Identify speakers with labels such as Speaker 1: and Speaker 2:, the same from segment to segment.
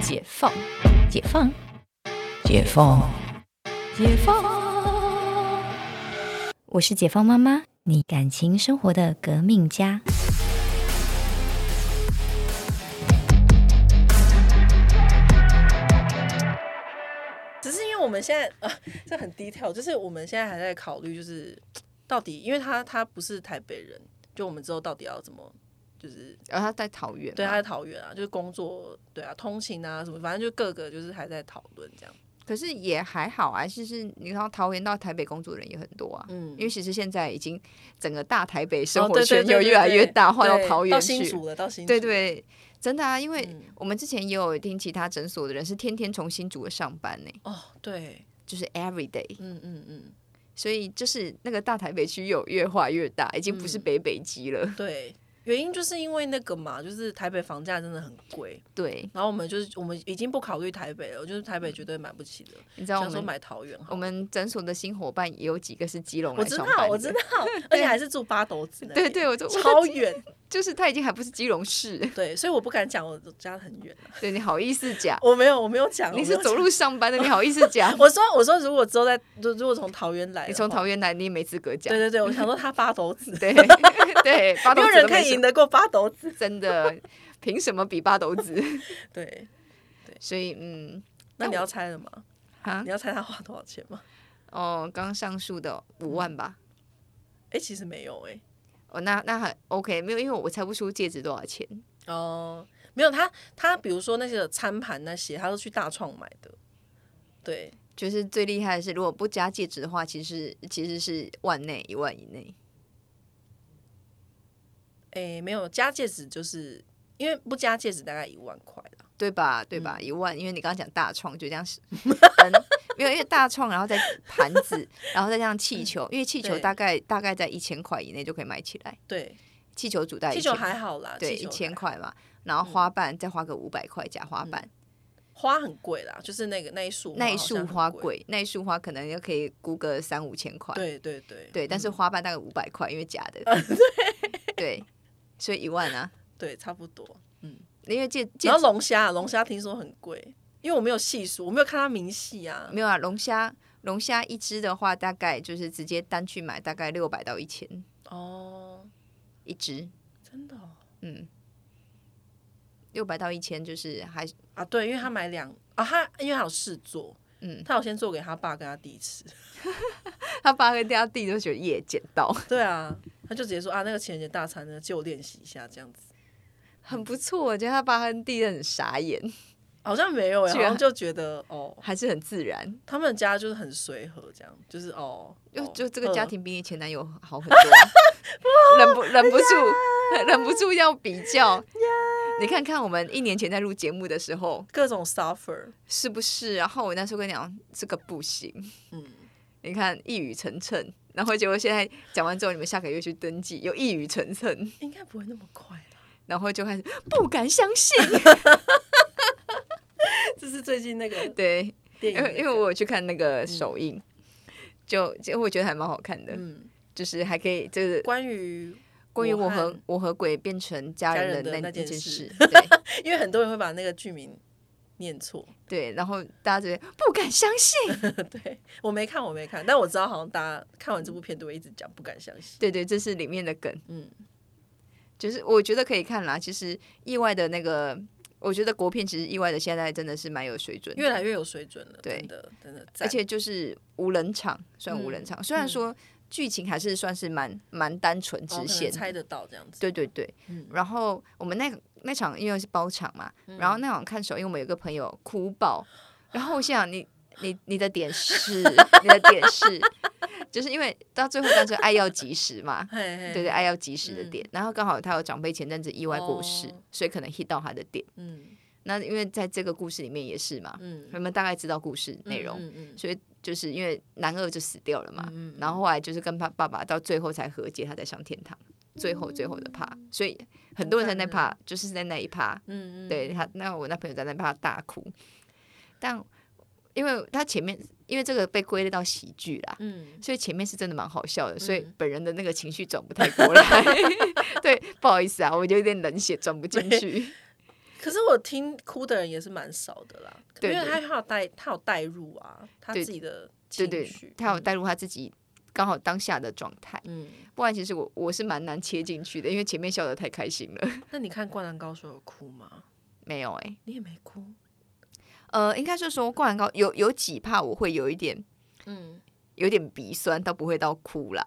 Speaker 1: 解放，解放，解放，解放。
Speaker 2: 我是解放妈妈，你感情生活的革命家。
Speaker 3: 只是因为我们现在呃，这很 detail，就是我们现在还在考虑，就是到底，因为他他不是台北人，就我们之后到底要怎么，就是
Speaker 1: 然哦后他在桃园嘛，
Speaker 3: 对他在桃园啊，就是工作，对啊，通勤啊什么，反正就各个就是还在讨论这样。
Speaker 1: 可是也还好啊，就是你看桃园到台北工作的人也很多啊。
Speaker 3: 嗯，
Speaker 1: 因为其实现在已经整个大台北生
Speaker 3: 哦
Speaker 1: 活
Speaker 3: 对
Speaker 1: 圈
Speaker 3: 对对
Speaker 1: 又
Speaker 3: 对
Speaker 1: 越来越大，
Speaker 3: 对
Speaker 1: 换到
Speaker 3: 对
Speaker 1: 桃园
Speaker 3: 到
Speaker 1: 去，
Speaker 3: 新竹了，到新竹
Speaker 1: 对，对，真的啊，因为
Speaker 3: 嗯
Speaker 1: 我们之前也有听其他诊所的人是天天从新竹上班呢、
Speaker 3: 哦，对，
Speaker 1: 就是 every day，
Speaker 3: 嗯嗯嗯，
Speaker 1: 所以就是那个大台北区有越画越大，已经不是
Speaker 3: 嗯
Speaker 1: 北北基了。
Speaker 3: 对。原因就是因为那个嘛，就是台北房价真的很贵，
Speaker 1: 对，
Speaker 3: 然后我们就是我们已经不考虑台北了，就是台北绝对买不起的，
Speaker 1: 你知道我
Speaker 3: 想说
Speaker 1: 们
Speaker 3: 买桃园好了。
Speaker 1: 我们诊所的新伙伴也有几个是基隆
Speaker 3: 我
Speaker 1: 来
Speaker 3: 知
Speaker 1: 上班
Speaker 3: 道，我
Speaker 1: 的
Speaker 3: 知道，而且还是住八斗子那里，
Speaker 1: 对对，我就我
Speaker 3: 超远，
Speaker 1: 就是他已经还不是基隆市，
Speaker 3: 对，所以我不敢讲我家很远啊，
Speaker 1: 对你好意思讲？
Speaker 3: 我没有，我没有讲，
Speaker 1: 你
Speaker 3: 我
Speaker 1: 是
Speaker 3: 没有
Speaker 1: 走路上班的，你好意思讲
Speaker 3: 讲，？我说我说如果之后在，如如果从桃园来，
Speaker 1: 你从桃
Speaker 3: 园，
Speaker 1: 园来，你也没资格讲
Speaker 3: 对。对对，我想说他八斗子，
Speaker 1: 对对，八
Speaker 3: 没
Speaker 1: 斗
Speaker 3: 有
Speaker 1: 子
Speaker 3: 人
Speaker 1: 都
Speaker 3: 可
Speaker 1: 没
Speaker 3: 以
Speaker 1: 什
Speaker 3: 赢
Speaker 1: 么，
Speaker 3: 得过八斗子，
Speaker 1: 真的，凭什么比八斗子？
Speaker 3: 对，
Speaker 1: 所以嗯，
Speaker 3: 那你要猜了吗？
Speaker 1: 啊
Speaker 3: 你，要猜他花多少钱吗？
Speaker 1: 哦，刚上述的五万吧。
Speaker 3: 哎，其实没有哎，
Speaker 1: 哦，那那还 OK，没有，因为我猜不出戒指多少钱。
Speaker 3: 哦，没有，他他比如说那些餐盘那些，他都去大创买的，对，
Speaker 1: 就是最厉害的是，如果不加戒指的话，其实其实是万内一万以内。
Speaker 3: 哎，没有加戒指就是。因为不加戒指大概一万块啦，
Speaker 1: 对吧？对
Speaker 3: 嗯
Speaker 1: 吧？一万，因为你刚刚讲大创，就这 样是分没有，因为大创，然后再盘子，然后再加上气球，因为气球
Speaker 3: 嗯对
Speaker 1: 大概大概在一千块以内就可以买起来，
Speaker 3: 对，
Speaker 1: 气球组在
Speaker 3: 气
Speaker 1: 一
Speaker 3: 球
Speaker 1: 千，
Speaker 3: 还好啦，
Speaker 1: 对
Speaker 3: 气
Speaker 1: 一
Speaker 3: 球
Speaker 1: 千
Speaker 3: 还好嗯
Speaker 1: 块嘛，然后花瓣再花个五百块假花瓣，
Speaker 3: 花很贵啦，就是那个那一束
Speaker 1: 那一
Speaker 3: 好像
Speaker 1: 束
Speaker 3: 很
Speaker 1: 花，贵，那一束花可能又可以估个三五千块，
Speaker 3: 对对对
Speaker 1: 对，但是
Speaker 3: 嗯
Speaker 1: 花瓣大概五百块，因为假的，对，所以一万啊，
Speaker 3: 对差不多。
Speaker 1: 因为 戒戒
Speaker 3: 然后龙虾，龙虾听说很贵，因为我没有细数，我没有看它明细啊。
Speaker 1: 没有啊，龙虾龙虾一只的话，大概就是直接单去买，大概六百到一千
Speaker 3: 哦，
Speaker 1: 一只，
Speaker 3: 真的、哦、
Speaker 1: 嗯，六百到一千就是还
Speaker 3: 啊？对，因为他买两啊，他因为他有事做，
Speaker 1: 嗯，
Speaker 3: 他有先做给他爸跟他弟吃。
Speaker 1: 他爸跟他弟都觉得耶捡到，
Speaker 3: 对啊，他就直接说啊，那个情人节大餐呢，就练习一下这样子。
Speaker 1: 很不错。我觉得他爸和弟很傻眼，
Speaker 3: 好像没有哎、
Speaker 1: 居
Speaker 3: 好
Speaker 1: 然
Speaker 3: 像就觉得哦，
Speaker 1: 还是很自然。
Speaker 3: 他们家就是很随和，这样就是哦，
Speaker 1: 就
Speaker 3: 哦
Speaker 1: 就这个
Speaker 3: 饿
Speaker 1: 家庭比你前男友好很多 啊，忍嗯不忍不住忍不住要比较。你看看我们一年前在录节目的时候
Speaker 3: 各种 suffer，
Speaker 1: 是不是？然后我那时候跟你讲这个不行，
Speaker 3: 嗯，
Speaker 1: 你看一语成谶，然后结果现在讲完之后，你们下个月去登记，又一语成谶，
Speaker 3: 应该不会那么快啊啦。
Speaker 1: 然后就开始不敢相信。
Speaker 3: 这是最近那个
Speaker 1: 对，
Speaker 3: 电
Speaker 1: 因为
Speaker 3: 影，
Speaker 1: 因为我有去看那个首映，就就我觉得还蛮好看的，
Speaker 3: 嗯，
Speaker 1: 就是还可以就是
Speaker 3: 关于
Speaker 1: 关于我
Speaker 3: 我和
Speaker 1: 和我和鬼变成家
Speaker 3: 家
Speaker 1: 人
Speaker 3: 人
Speaker 1: 的
Speaker 3: 的
Speaker 1: 那
Speaker 3: 那件
Speaker 1: 件事
Speaker 3: 事，
Speaker 1: 对
Speaker 3: 因为很多人会把那个剧名念错，
Speaker 1: 对，然后大家觉得不敢相信，
Speaker 3: 对我没看，我没看，但我知道好像大家看完这部片都会一直讲，不敢相信。
Speaker 1: 对对，这是里面的梗，
Speaker 3: 嗯，
Speaker 1: 就是我觉得可以看啦。其实意外的那个，我觉得国片其实意外的现在真的是蛮有水准的，
Speaker 3: 越来越有水准了，
Speaker 1: 对
Speaker 3: 真的真的，
Speaker 1: 而
Speaker 3: 赞嗯
Speaker 1: 且就是无人场，算无人场。虽然说剧情还是算是蛮蛮单纯
Speaker 3: 哦可
Speaker 1: 直
Speaker 3: 能
Speaker 1: 线，
Speaker 3: 猜得到这样子，
Speaker 1: 对对对。
Speaker 3: 嗯
Speaker 1: 然后我们那那场因为是包场嘛，然后那场看首映，我们有个朋友哭爆，然后我心想你。你你的点是，你的点是， 就是因为到最后，但是爱要及时嘛，
Speaker 3: 嘿嘿，
Speaker 1: 对对，爱要及时的点。然后刚好他有长辈前阵子意外过世，
Speaker 3: 嗯哦
Speaker 1: 所以可能 hit 到他的点。
Speaker 3: 嗯
Speaker 1: 那因为在这个故事里面也是嘛，
Speaker 3: 嗯，
Speaker 1: 我们大概知道故事内容，
Speaker 3: 嗯嗯
Speaker 1: 所以就是因为男二就死掉了嘛，
Speaker 3: 嗯嗯嗯
Speaker 1: 然后后来就是跟他爸爸到最后才和解，他才上天堂，最后最后的趴，所以很多人在那
Speaker 3: 好感
Speaker 1: 趴，就是在那一趴，
Speaker 3: 嗯嗯，
Speaker 1: 对他，那我那朋友在那趴大哭，但因为他前面因为这个被归类到喜剧啦。
Speaker 3: 嗯，
Speaker 1: 所以前面是真的蛮好笑的，所以
Speaker 3: 嗯
Speaker 1: 本人的那个情 绪转不太过来。对，不好意思啊，我有点冷血转不进去。
Speaker 3: 可是我听哭的人也是蛮少的啦，
Speaker 1: 对
Speaker 3: 因为
Speaker 1: 对
Speaker 3: 他他有带他有带入啊，他
Speaker 1: 对
Speaker 3: 自己的
Speaker 1: 对
Speaker 3: 情
Speaker 1: 对
Speaker 3: 绪，，
Speaker 1: 他有带入他自己刚好当下的状态，
Speaker 3: 嗯。
Speaker 1: 不然其实我我是蛮难切进去的，因为前面笑得太开心了。
Speaker 3: 那你看《灌篮高手》有哭吗？
Speaker 1: 没有哎、
Speaker 3: 你也没哭，
Speaker 1: 呃，应该是说《灌篮高》有有几怕我会有一点
Speaker 3: 嗯，
Speaker 1: 有点鼻酸，倒不会到哭啦。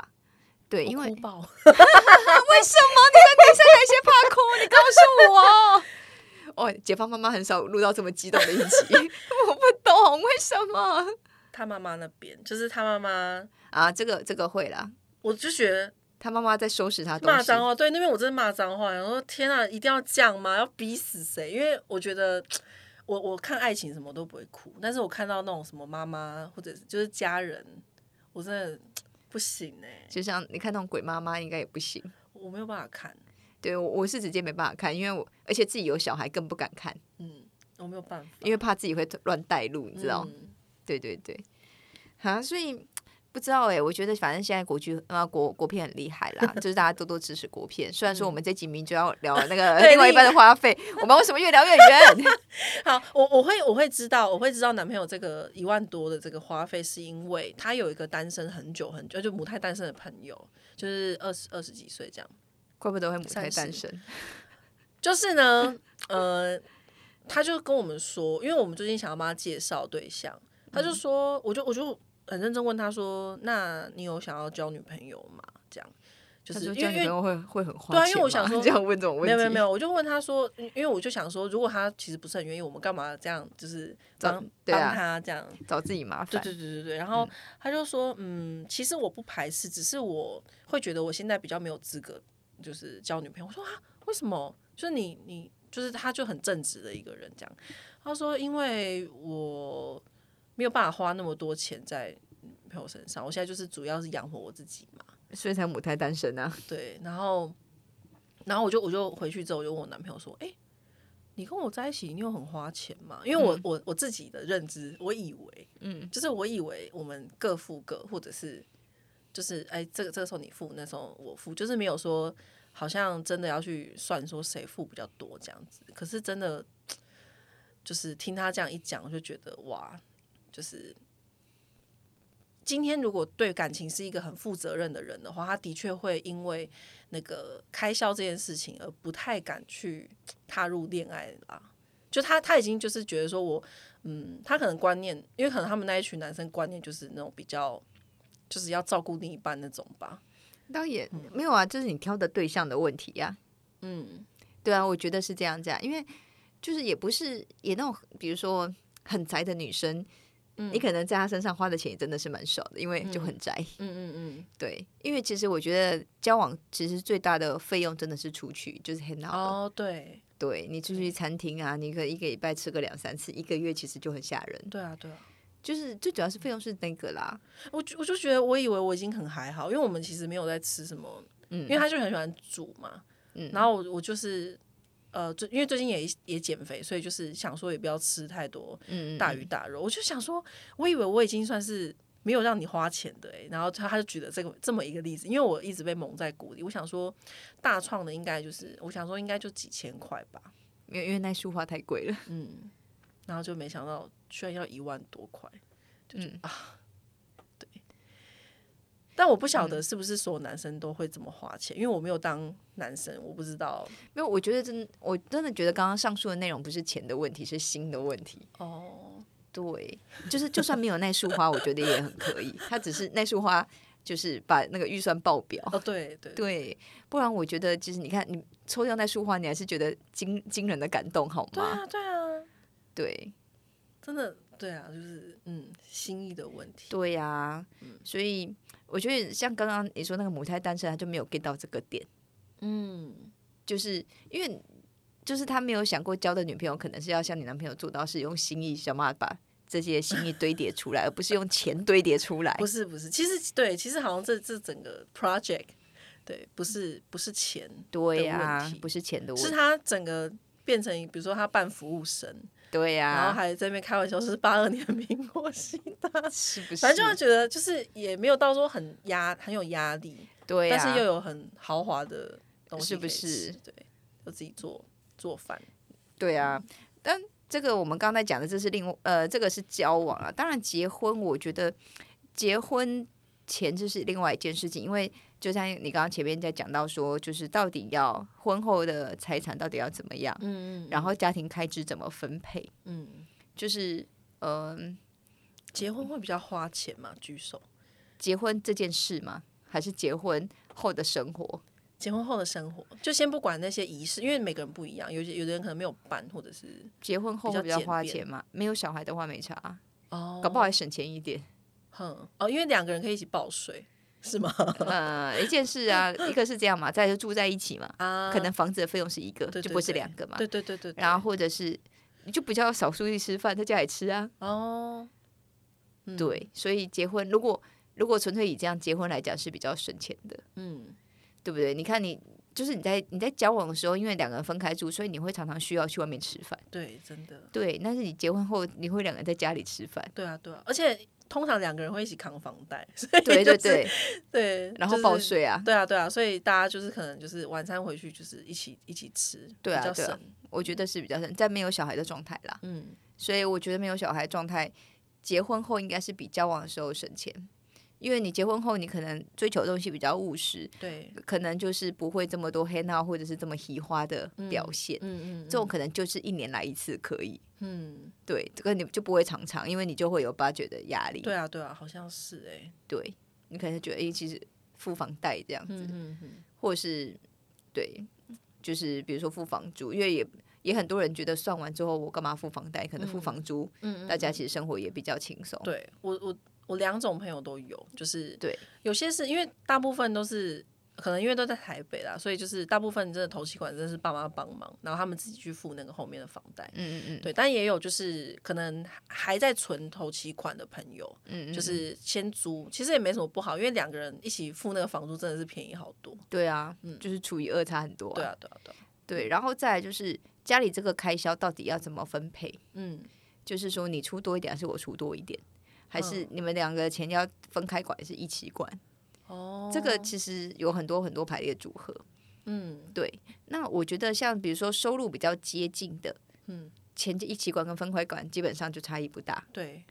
Speaker 1: 对，因为
Speaker 3: 哭爆，
Speaker 1: 为什么你们女生有一些怕哭？你告诉我。 哦，解放妈妈很少录到这么激动的一集， 我不懂为什 么
Speaker 3: 他妈妈那边就是他妈妈，
Speaker 1: 啊？这个这个会啦，
Speaker 3: 我就觉得
Speaker 1: 他妈妈在收拾他东
Speaker 3: 骂
Speaker 1: 西。
Speaker 3: 脏话，对，那边我真的骂脏话，然后天啊，一定要这样吗？要逼死谁？因为我觉得我我看爱情什么都不会哭，但是我看到那种什么妈妈或者是就是家人，我真的不行哎、
Speaker 1: 就像你看那种鬼妈妈，应该也不行。
Speaker 3: 我没有办法看，
Speaker 1: 对我我是直接没办法看，因为我而且自己有小孩更不敢看，
Speaker 3: 嗯，我没有办法，
Speaker 1: 因为怕自己会乱带路，你知道？
Speaker 3: 嗯
Speaker 1: 对对对，啊，所以不知道哎、我觉得反正现在国剧啊国国片很厉害 啦，就是大家多多支持国片。虽然说我们这几名就要聊那个
Speaker 3: 嗯 对
Speaker 1: 另外一半的花费，我们为什么越聊越远？
Speaker 3: 好，我我会我会知道，我会知道男朋友这个一万多的这个花费，是因为他有一个单身很久很久，就母胎单身的朋友，就是二十二十几岁这样。
Speaker 1: 怪不得会母胎
Speaker 3: 三
Speaker 1: 单
Speaker 3: 十
Speaker 1: 身。
Speaker 3: 就是呢，呃，他就跟我们说，因为我们最近想要帮他介绍对象，他就说，我就我就很认真问他说，那你有想要交女朋友吗？这样，就
Speaker 1: 他
Speaker 3: 是
Speaker 1: 说
Speaker 3: 因
Speaker 1: 交
Speaker 3: 为
Speaker 1: 女朋
Speaker 3: 因为
Speaker 1: 友会会很花
Speaker 3: 对啊因为
Speaker 1: 钱
Speaker 3: 我想
Speaker 1: 吗
Speaker 3: 说
Speaker 1: 这样问这种问
Speaker 3: 没
Speaker 1: 题，
Speaker 3: 有没有没有，我就问他说，因因为我就想说，如果他其实不是很愿意，我们干嘛这样，就是
Speaker 1: 找
Speaker 3: 帮
Speaker 1: 对
Speaker 3: 帮
Speaker 1: 啊
Speaker 3: 他这样。
Speaker 1: 找自己麻
Speaker 3: 对
Speaker 1: 烦。
Speaker 3: 对对对对，然后他就说，嗯，其实我不排斥，只是我会觉得我现在比较没有资格，就是交女朋友。我说啊，为什么？就是你你就是他就很正直的一个人这样。他说，因为我没有办法花那么多钱在女朋友身上，我现在就是主要是养活我自己嘛。
Speaker 1: 所以才母胎单身啊。
Speaker 3: 对，然后然后我就我就回去之后，我就问我男朋友说，哎、你跟我在一起，你有很花钱吗？因为我、我我自己的认知，我以为，
Speaker 1: 嗯，
Speaker 3: 就是我以为我们各付各，或者是就是哎，这个这个时候你付，那时候我付，就是没有说好像真的要去算说谁付比较多这样子。可是真的就是听他这样一讲，我就觉得哇，就是今天如果对感情是一个很负责任的人的话，他的确会因为那个开销这件事情而不太敢去踏入恋爱啦。就他他已经就是觉得说我，嗯，他可能观念，因为可能他们那一群男生观念就是那种比较，就是要照顾另一半那种吧。
Speaker 1: 倒也没有啊，就是你挑的对象的问题呀、
Speaker 3: 嗯，
Speaker 1: 对啊，我觉得是这样子啊，因为就是也不是也那种，比如说很宅的女生，
Speaker 3: 嗯
Speaker 1: 你可能在她身上花的钱也真的是蛮少的，因为就很宅。
Speaker 3: 嗯嗯嗯，
Speaker 1: 对，因为其实我觉得交往其实最大的费用真的是出去，就是 hang out 了。
Speaker 3: 哦，对
Speaker 1: 对你出去餐厅啊，你可以一个礼拜吃个两三次，一个月其实就很吓人。
Speaker 3: 对啊对啊，
Speaker 1: 就是最主要是费用是那个啦，
Speaker 3: 我就我就觉得我以为我已经很还好，因为我们其实没有在吃什么，
Speaker 1: 嗯
Speaker 3: 因为他就很喜欢煮嘛，
Speaker 1: 嗯
Speaker 3: 然后我我就是呃，最因为最近也也减肥，所以就是想说也不要吃太多
Speaker 1: 嗯，
Speaker 3: 大
Speaker 1: 于
Speaker 3: 鱼大肉，我就想说，我以为我已经算是。没有让你花钱的、欸、然后他他就举了这个这么一个例子，因为我一直被蒙在鼓里，我想说大创的应该就是，我想说应该就几千块吧，
Speaker 1: 因为因为那束花太贵了，
Speaker 3: 嗯，然后就没想到居然要一万多块，就觉得、
Speaker 1: 嗯
Speaker 3: 啊，对。但我不晓
Speaker 1: 嗯
Speaker 3: 得是不是所有男生都会这么花钱，因为我没有当男生，我不知道
Speaker 1: 没有，我觉得真我真的觉得刚刚上述的内容不是钱的问题，是心的问题。
Speaker 3: 哦。
Speaker 1: 对，就是就算没有那束花，我觉得也很可以。他只是那束花，就是把那个预算爆表。
Speaker 3: 哦，对对，
Speaker 1: 对，不然我觉得其实你看，你抽掉那束花，你还是觉得惊惊人的感动，好
Speaker 3: 对
Speaker 1: 吗？
Speaker 3: 啊，对啊，
Speaker 1: 对
Speaker 3: 真的对啊，就是嗯，心意的问题。嗯
Speaker 1: 对呀、所以我觉得像刚刚你说那个母胎单身，他就没有 get 到这个点，
Speaker 3: 嗯，
Speaker 1: 就是因为就是他没有想过交的女朋友可能是要像你男朋友做到是用心意想办法把这些心意堆叠出来，而不是用钱堆叠出来。
Speaker 3: 不是不是，其实对，其实好像这这整个 project，对，不是 不是钱，
Speaker 1: 对
Speaker 3: 的
Speaker 1: 呀、
Speaker 3: 问题
Speaker 1: 不是钱的问
Speaker 3: 是
Speaker 1: 题。
Speaker 3: 他整个变成，比如说他办服务生，
Speaker 1: 对呀、
Speaker 3: 然后还在那边开玩笑，是八二年 民国新大
Speaker 1: 是啊不是？
Speaker 3: 反正就会觉得就是也没有到说很压很有压力，
Speaker 1: 对、啊，
Speaker 3: 但是又有很豪华的东西
Speaker 1: 是不
Speaker 3: 可以吃
Speaker 1: 是
Speaker 3: 对，就自己做做饭，
Speaker 1: 对啊，但这个我们刚才讲的，这是另外呃，这个是交往啊。当然，结婚我觉得结婚前这是另外一件事情，因为就像你刚刚前面在讲到说，就是到底要婚后的财产到底要怎么样，
Speaker 3: 嗯
Speaker 1: 然后家庭开支怎么分配，
Speaker 3: 嗯，
Speaker 1: 就是嗯、
Speaker 3: 结婚会比较花钱嘛？举手。
Speaker 1: 结婚这件事吗？还是结婚后的生活？
Speaker 3: 结婚后的生活，就先不管那些仪式，因为每个人不一样，有些有的人可能没有办，或者是
Speaker 1: 结婚后
Speaker 3: 比较
Speaker 1: 会比较
Speaker 3: 简
Speaker 1: 花
Speaker 3: 便
Speaker 1: 钱嘛？没有小孩的话没差啊、
Speaker 3: 哦
Speaker 1: 搞不好还省钱一点。
Speaker 3: 哼哦，因为两个人可以一起报税，是吗？
Speaker 1: 呃，一件事啊，一个是这样嘛，再来就住在一起嘛，
Speaker 3: 啊
Speaker 1: 可能房子的费用是一个，
Speaker 3: 对
Speaker 1: 就
Speaker 3: 对
Speaker 1: 不是
Speaker 3: 对
Speaker 1: 两个嘛。
Speaker 3: 对对对对，对
Speaker 1: 然后或者是你就比较少出去吃饭，在家里吃啊。
Speaker 3: 哦，嗯，
Speaker 1: 对，所以结婚如果如果纯粹以这样结婚来讲是比较省钱的，
Speaker 3: 嗯
Speaker 1: 对不对？你看你就是你在你在交往的时候，因为两个人分开住，所以你会常常需要去外面吃饭。
Speaker 3: 对，真的，
Speaker 1: 对，但是你结婚后，你会两个人在家里吃饭。
Speaker 3: 对啊对啊，而且通常两个人会一起扛房贷，所以
Speaker 1: 对对
Speaker 3: 就是
Speaker 1: 对，
Speaker 3: 对，
Speaker 1: 然后
Speaker 3: 就是
Speaker 1: 报税啊，
Speaker 3: 对啊对啊，所以大家就是可能就是晚餐回去就是一起一起吃，
Speaker 1: 对啊
Speaker 3: 比较
Speaker 1: 对啊
Speaker 3: 省，
Speaker 1: 我觉得是比较省，在没有小孩的状态啦。
Speaker 3: 嗯
Speaker 1: 所以我觉得没有小孩状态，结婚后应该是比交往的时候省钱，因为你结婚后你可能追求的东西比较务实，
Speaker 3: 对，
Speaker 1: 可能就是不会这么多黑闹或者是这么喜花的表现，
Speaker 3: 嗯嗯
Speaker 1: 这种可能就是一年来一次可以。
Speaker 3: 嗯，
Speaker 1: 对，这个你就不会常常，因为你就会有八九的压力。
Speaker 3: 对啊对啊，好像是哎、
Speaker 1: 对你可能觉得，诶、其实付房贷这样子，
Speaker 3: 嗯嗯嗯，
Speaker 1: 或者是对，就是比如说付房租，因为也也很多人觉得算完之后我干嘛付房贷，可能付房租，
Speaker 3: 嗯
Speaker 1: 大家其实生活也比较轻松。
Speaker 3: 对我我我两种朋友都有，就是
Speaker 1: 对，
Speaker 3: 有些是因为大部分都是可能因为都在台北啦，所以就是大部分真的投期款真的是爸妈帮忙，然后他们自己去付那个后面的房贷。
Speaker 1: 嗯嗯嗯，
Speaker 3: 对，但也有就是可能还在存头期款的朋友，
Speaker 1: 嗯，嗯
Speaker 3: 就是先租，其实也没什么不好，因为两个人一起付那个房租真的是便宜好多。
Speaker 1: 对啊，就是除以二差很多、
Speaker 3: 嗯对，啊，对啊，对啊，
Speaker 1: 对，然后再来就是家里这个开销到底要怎么分配？
Speaker 3: 嗯，
Speaker 1: 就是说你出多一点，还是我出多一点，还
Speaker 3: 嗯
Speaker 1: 是你们两个钱要分开管，还是一起管？
Speaker 3: 哦，
Speaker 1: 这个其实有很多很多排列组合。
Speaker 3: 嗯
Speaker 1: 对，那我觉得像比如说收入比较接近的，
Speaker 3: 嗯，
Speaker 1: 钱就一起管跟分开管基本上就差异不大。
Speaker 3: 对，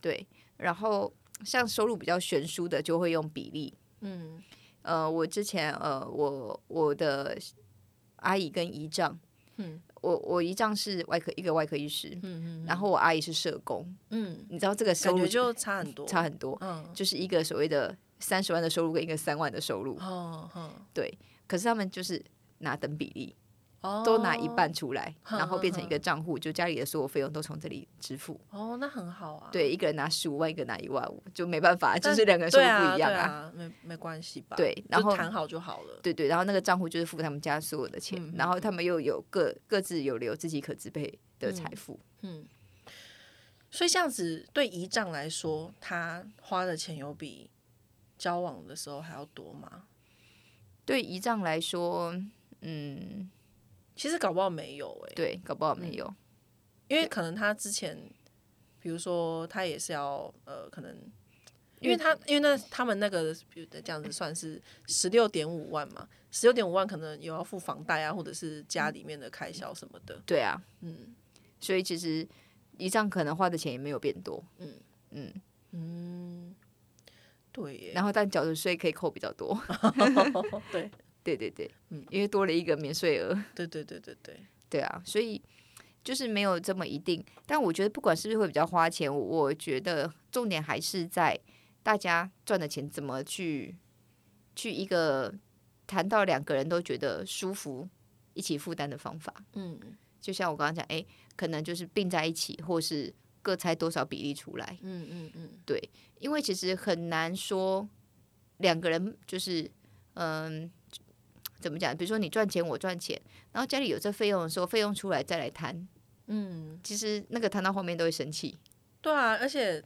Speaker 1: 对，然后像收入比较悬殊的，就会用比例
Speaker 3: 嗯
Speaker 1: 呃，我之前呃，我我的阿姨跟姨丈，
Speaker 3: 嗯，
Speaker 1: 我我姨丈是外科一个外科医师，
Speaker 3: 嗯嗯
Speaker 1: 然后我阿姨是社工，
Speaker 3: 嗯，
Speaker 1: 你知道这个
Speaker 3: 感
Speaker 1: 收入
Speaker 3: 觉就差很多，
Speaker 1: 差很多，
Speaker 3: 嗯
Speaker 1: 就是一个所谓的三十万的收入跟一个三万的收入，
Speaker 3: 哦哦
Speaker 1: 对，可是他们就是拿等比例，
Speaker 3: 哦，嗯
Speaker 1: 都拿一半出来，
Speaker 3: 哼
Speaker 1: 然后变成
Speaker 3: 哼
Speaker 1: 一个账户，就家里的所有费用都从这里支付。
Speaker 3: 哦，那很好啊。
Speaker 1: 对，一个人拿十五万，一个拿一万五，就没办法，就
Speaker 3: 但，
Speaker 1: 是两个人收入
Speaker 3: 对
Speaker 1: 不一样
Speaker 3: 啊，对啊没没关系吧？
Speaker 1: 对
Speaker 3: 就
Speaker 1: 然后
Speaker 3: 谈好就好了。
Speaker 1: 对对，然后那个账户就是付他们家所有的钱，
Speaker 3: 嗯嗯
Speaker 1: 然后他们又有各各自有留自己可支配的财富。
Speaker 3: 嗯，所以这样子对姨丈来说，他花的钱有比交往的时候还要多吗？
Speaker 1: 对姨丈来说，嗯，
Speaker 3: 其实搞不好没有欸诶、
Speaker 1: 对，搞不好没
Speaker 3: 嗯
Speaker 1: 有。
Speaker 3: 因为可能他之前，比如说他也是要呃，可能。因
Speaker 1: 因为
Speaker 3: 为他，因为那他们那个，比如这样子算是十六点五万嘛，十六点五万可能有要付房贷啊，或者是家里面的开销什么的，
Speaker 1: 对啊，
Speaker 3: 嗯
Speaker 1: 所以其实姨丈可能花的钱也没有变多，
Speaker 3: 嗯
Speaker 1: 嗯，
Speaker 3: 嗯，对耶，
Speaker 1: 然后但缴的税可以扣比较多。
Speaker 3: 对
Speaker 1: 对对对，
Speaker 3: 嗯
Speaker 1: 因为多了一个免税额。
Speaker 3: 对对对对对，
Speaker 1: 对啊，所以就是没有这么一定。但我觉得不管是不是会比较花钱，我我觉得重点还是在大家赚的钱怎么去去一个谈到两个人都觉得舒服、一起负担的方法。
Speaker 3: 嗯
Speaker 1: 就像我刚刚讲，诶，可能就是并在一起，或是各拆多少比例出来。
Speaker 3: 嗯嗯嗯，
Speaker 1: 因为其实很难说两个人就是嗯。怎么讲？比如说你赚钱，我赚钱，然后家里有这费用的时候，费用出来再来谈，
Speaker 3: 嗯，
Speaker 1: 其实那个谈到后面都会生气。
Speaker 3: 对啊，而且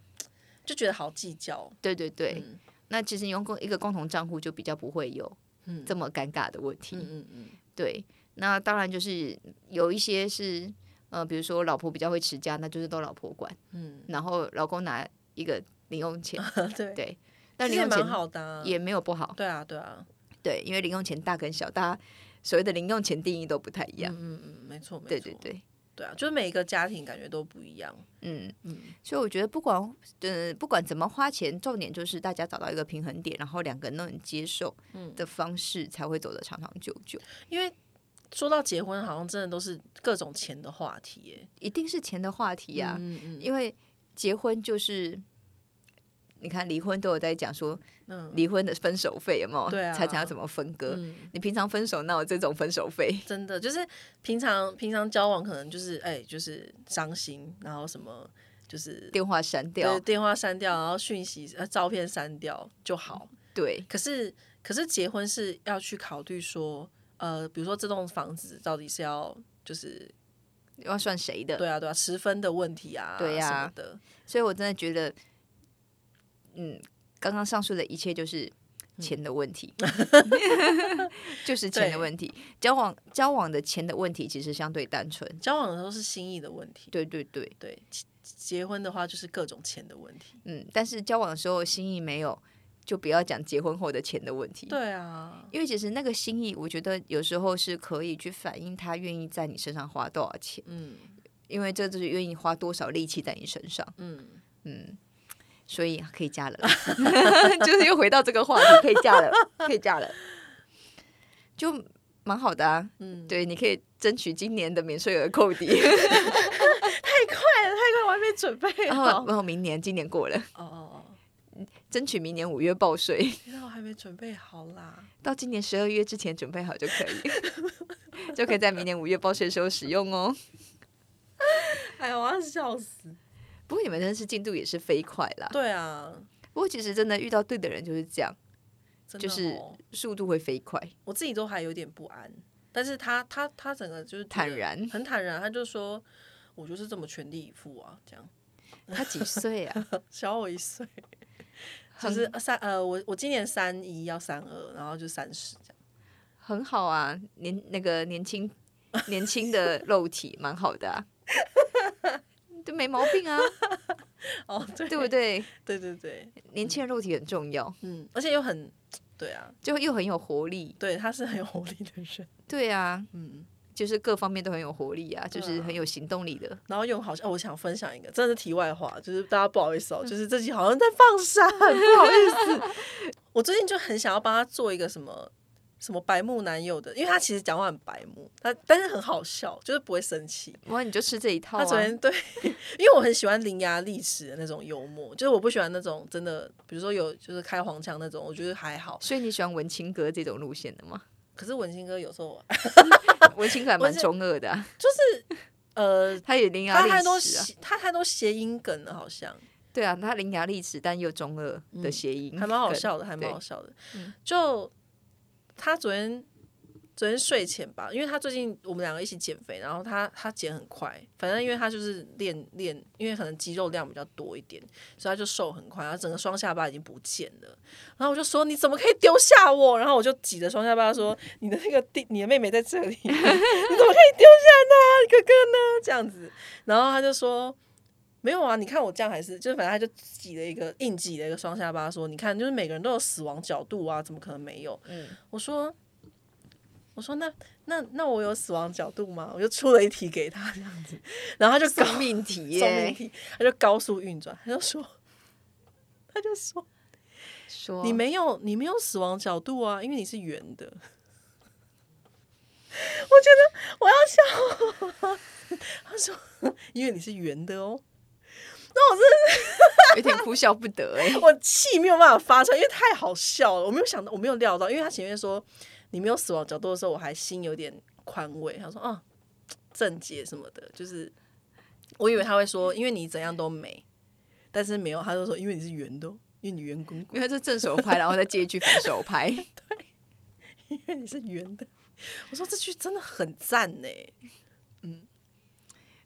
Speaker 3: 就觉得好计较，
Speaker 1: 对对对，
Speaker 3: 嗯
Speaker 1: 那其实你用共一个共同账户就比较不会有
Speaker 3: 嗯
Speaker 1: 这么尴尬的问题。
Speaker 3: 嗯嗯嗯，
Speaker 1: 对，那当然就是有一些是呃，比如说老婆比较会持家，那就是都老婆管，
Speaker 3: 嗯，
Speaker 1: 然后老公拿一个零用 钱，
Speaker 3: 对，
Speaker 1: 对，但
Speaker 3: 其
Speaker 1: 零用
Speaker 3: 实也蛮
Speaker 1: 钱
Speaker 3: 好的、啊，
Speaker 1: 也没有不好，
Speaker 3: 对啊对啊，
Speaker 1: 对，因为零用钱大跟小，大家所谓的零用钱定义都不太一样。
Speaker 3: 嗯嗯嗯，没错没错，
Speaker 1: 对对对，
Speaker 3: 对啊，就是每一个家庭感觉都不一样。
Speaker 1: 嗯
Speaker 3: 嗯，
Speaker 1: 所以我觉得不管呃不管怎么花钱，重点就是大家找到一个平衡点，然后两个人都能接受
Speaker 3: 嗯
Speaker 1: 的方式，才会走得长长久久。
Speaker 3: 因为说到结婚，好像真的都是各种钱的话题耶。
Speaker 1: 一定是钱的话题啊，
Speaker 3: 嗯嗯
Speaker 1: 因为结婚就是。你看离婚都有在讲说
Speaker 3: 嗯，
Speaker 1: 离婚的分手费有没有？
Speaker 3: 对啊
Speaker 1: 财产要怎么分割？
Speaker 3: 嗯
Speaker 1: 你平常分手哪有这种分手费？
Speaker 3: 真的就是平常平常交往可能就是哎、就是伤心，然后什么就是
Speaker 1: 电话删掉
Speaker 3: 对，电话删掉，然后讯息呃照片删掉就好。
Speaker 1: 对
Speaker 3: 可是可是结婚是要去考虑说，呃，比如说这栋房子到底是要就是
Speaker 1: 要算谁的？
Speaker 3: 对啊对啊十分的问题啊，
Speaker 1: 对啊
Speaker 3: 什么的，
Speaker 1: 所以我真的觉得，嗯，刚刚上述的一切就是钱的问题， 就是钱的问题。交往交往的钱的问题其实相对单纯，
Speaker 3: 交往的时候是心意的问题，
Speaker 1: 对对对，
Speaker 3: 对，结结婚的话就是各种钱的问题。
Speaker 1: 嗯，但是交往的时候心意没有，就不要讲结婚后的钱的问题。
Speaker 3: 对啊，
Speaker 1: 因为其实那个心意，我觉得有时候是可以去反映他愿意在你身上花多少钱，
Speaker 3: 嗯
Speaker 1: 因为这就是愿意花多少力气在你身上。
Speaker 3: 嗯，
Speaker 1: 嗯，所以可以嫁 了啦，就是又回到这个话题，可以嫁了，可以嫁了，就蛮好的啊。
Speaker 3: 嗯
Speaker 1: 对，你可以争取今年的免税额扣 抵，
Speaker 3: 太太快，我还没准备
Speaker 1: 然
Speaker 3: 好。
Speaker 1: 后
Speaker 3: 哦
Speaker 1: 然后明年今年过了，
Speaker 3: 哦哦，
Speaker 1: 争取明年五月报税，
Speaker 3: 天啊，我还没准备好啦。
Speaker 1: 到今年十二月之前准备好就可以，就可以在 明年五月报税的时候使用哦。
Speaker 3: 哎呦，我要笑死。
Speaker 1: 不过你们真的是进度也是飞快啦。
Speaker 3: 对啊，
Speaker 1: 不过其实真的遇到对的人就是这样，
Speaker 3: 真的
Speaker 1: 就是
Speaker 3: 哦
Speaker 1: 速度会飞快，
Speaker 3: 我自己都还有点不安，但是他他他整个就是觉得
Speaker 1: 坦 然。
Speaker 3: 很坦然，他就说我就是这么全力以赴啊，这样
Speaker 1: 他几岁啊？
Speaker 3: 小我一岁， 就
Speaker 1: 很
Speaker 3: 是三呃，我我今年三一要三二，然后就三十这样。
Speaker 1: 很好啊，年那个年轻年轻的肉体蛮好的 啊，这没毛病啊，
Speaker 3: 哦， 对
Speaker 1: 对不对？
Speaker 3: 对对对，
Speaker 1: 年轻的肉体很重要，
Speaker 3: 嗯，而且又很对啊，
Speaker 1: 就又很有活力，
Speaker 3: 对，他是很有活力的人，
Speaker 1: 对啊，
Speaker 3: 嗯，
Speaker 1: 就是各方面都很有活力啊，
Speaker 3: 对
Speaker 1: 就
Speaker 3: 啊
Speaker 1: 是很有行动力的。
Speaker 3: 然后又好像、哦我想分享一个，真的是题外话，就是大家不好意思哦，就是这集好像在放闪，不好意 思。我最近就很想要帮他做一个什么什么白目男友的，因为他其实讲话很白目，他但是很好笑，就是不会生气。
Speaker 1: 哇，你就吃这一套
Speaker 3: 他
Speaker 1: 啊
Speaker 3: 昨！天对， 因为我很喜欢伶牙俐齿的那种幽默，就是我不喜欢那种真的，比如说有就是开黄腔那种，我觉得还好。
Speaker 1: 所以你喜欢文青哥这种路线的吗？
Speaker 3: 可是文青哥有时候，
Speaker 1: 文青哥还蛮
Speaker 3: 文青
Speaker 1: 中二的、 啊，
Speaker 3: 呃，
Speaker 1: 他也伶牙
Speaker 3: 他太多
Speaker 1: 俐齿啊。
Speaker 3: 谐他太多谐音梗了，好像
Speaker 1: 对啊，他伶牙俐齿，但又中二的谐音、
Speaker 3: 还蛮好。笑的，还蛮好笑的。就他昨天昨天睡前吧，因为他最近我们两个一起减肥，然后他他减很快，反正因为他就是练练，因为可能肌肉量比较多一点，所以他就瘦很快，然后整个双下巴已经不见了。然后我就说你怎么可以丢下我？然后我就挤着双下巴说你的那个弟，你的妹妹在这里， 你怎么可以丢下她？哥哥呢？这样子，然后他就说。没有啊，你看我这样还是，就是反正他就挤了一个硬挤了一个双下巴，说你看，就是每个人都有死亡角度啊，怎么可能没有？
Speaker 1: 嗯，
Speaker 3: 我说，我说那那那我有死亡角度吗？我就出了一题给他这样子，然后他就 搞
Speaker 1: 送命题
Speaker 3: 送命
Speaker 1: 耶，
Speaker 3: 题，他就高速运转，他就说，他就说
Speaker 1: 说
Speaker 3: 你没有你没有死亡角度啊，因为你是圆的。 我觉得我要笑， 他说因为你是圆的哦。
Speaker 1: 有点哭笑不得哎。
Speaker 3: 我气没有办法发出来，因为太好笑了。我没有想到，我没有料到，因为他前面说你没有死亡角度的时候，我还心有点宽慰。他说啊，正解什么的，就是我以为他会说，因为你怎样都美，但是没有，他就说因为你是圆的哦，因为你圆滚滚，
Speaker 1: 因为这正手拍，然后再接一句反手拍，
Speaker 3: 因为你是圆的。 我说这句真的很赞呢，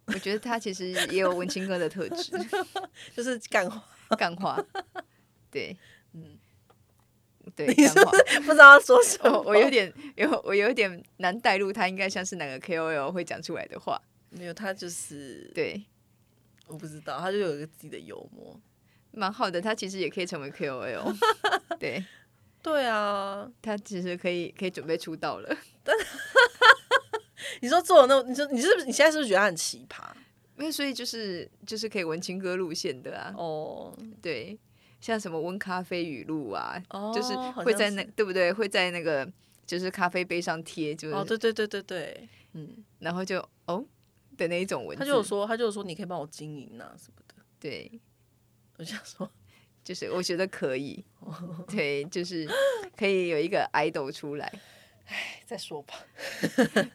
Speaker 1: 我觉得他其实也有文青哥的特 质，
Speaker 3: 就是干话，
Speaker 1: 干话，对，
Speaker 3: 嗯
Speaker 1: 对，
Speaker 3: 你
Speaker 1: 干
Speaker 3: 是不
Speaker 1: 话。
Speaker 3: 是 不知道要说什么？
Speaker 1: 我我有点有我有点难带入他，应该像是哪个 KOL 会讲出来的话，
Speaker 3: 没有，他就是
Speaker 1: 对，
Speaker 3: 我不知道，他就有一个自己的幽默。
Speaker 1: 蛮好的。他其实也可以成为 KOL，对
Speaker 3: 对啊，
Speaker 1: 他其实可以可以准备出道了。
Speaker 3: 你说做的那，你说你是不是你现在是不是觉得他很奇葩？
Speaker 1: 没有，所以就是就是可以文青歌路线的啊，
Speaker 3: 哦
Speaker 1: 对，像什么温咖啡语录啊，
Speaker 3: 哦，
Speaker 1: 就是
Speaker 3: 好
Speaker 1: 会
Speaker 3: 像
Speaker 1: 在那
Speaker 3: 是
Speaker 1: 对不对？会在那个就是咖啡杯上贴，就是、
Speaker 3: 哦，对对对对对，嗯，
Speaker 1: 然后就哦的那一种文字，
Speaker 3: 他就有说，他就有说你可以帮我经营啊什么的。
Speaker 1: 对，
Speaker 3: 我想说，
Speaker 1: 就是我觉得可以，
Speaker 3: 哦
Speaker 1: 对，就是可以有一个 idol 出来，
Speaker 3: 哎 再说吧，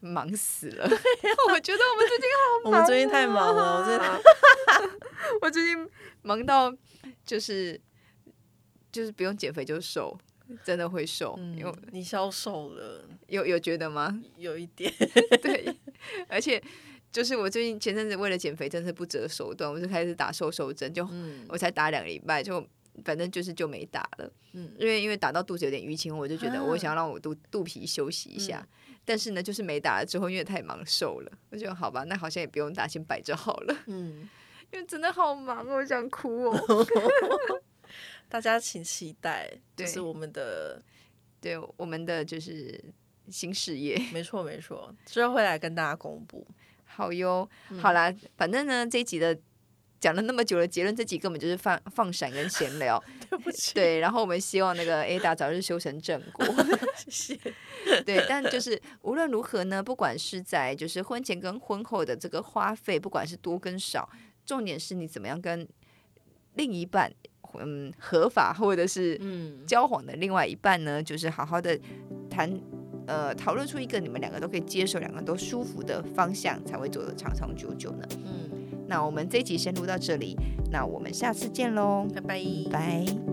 Speaker 1: 忙死了。 我觉得我们最近
Speaker 3: 哦我们最近太忙了， 我真的
Speaker 1: 我最近忙到就是就是不用减肥就瘦，真的会瘦，有
Speaker 3: 嗯，你消瘦了
Speaker 1: 有有觉得吗？
Speaker 3: 有一点，
Speaker 1: 对，而且就是我最近前阵子为了减肥，真的是不择手段，我就开始打瘦瘦针，就
Speaker 3: 嗯
Speaker 1: 我才打两个礼拜，就反正就是就没打了。
Speaker 3: 嗯
Speaker 1: 因为因为打到肚子有点淤青，我就觉得
Speaker 3: 啊
Speaker 1: 我想要让我肚肚皮休息一下。但是呢，就是没打了之后，因为太忙瘦了，我就好吧，那好像也不用打，先摆着好了。
Speaker 3: 嗯，
Speaker 1: 因为真的好忙哦，我想哭哦。
Speaker 3: 大家请期待，就
Speaker 1: 对
Speaker 3: 是我们的，
Speaker 1: 对，我们的就是新事业，
Speaker 3: 没错没错，之后会来跟大家公布。
Speaker 1: 好哟。好啦，反正呢这一集的。讲了那么久的结论，这集根本就是放放闪跟闲聊，
Speaker 3: 对不起，
Speaker 1: 对。然后我们希望那个 Ada 早日修成正果，
Speaker 3: 谢谢。
Speaker 1: 对，但就是无论如何呢，不管是在就是婚前跟婚后的这个花费，不管是多跟少，重点是你怎么样跟另一半，嗯，合法或者是
Speaker 3: 嗯，
Speaker 1: 交往的另外一半呢，就是好好的谈，呃，讨论出一个你们两个都可以接受、两个都舒服的方向，才会走得长长久久呢。
Speaker 3: 嗯，
Speaker 1: 那我们这一集先录到这里，那我们下次见喽，
Speaker 3: 拜拜。
Speaker 1: 拜。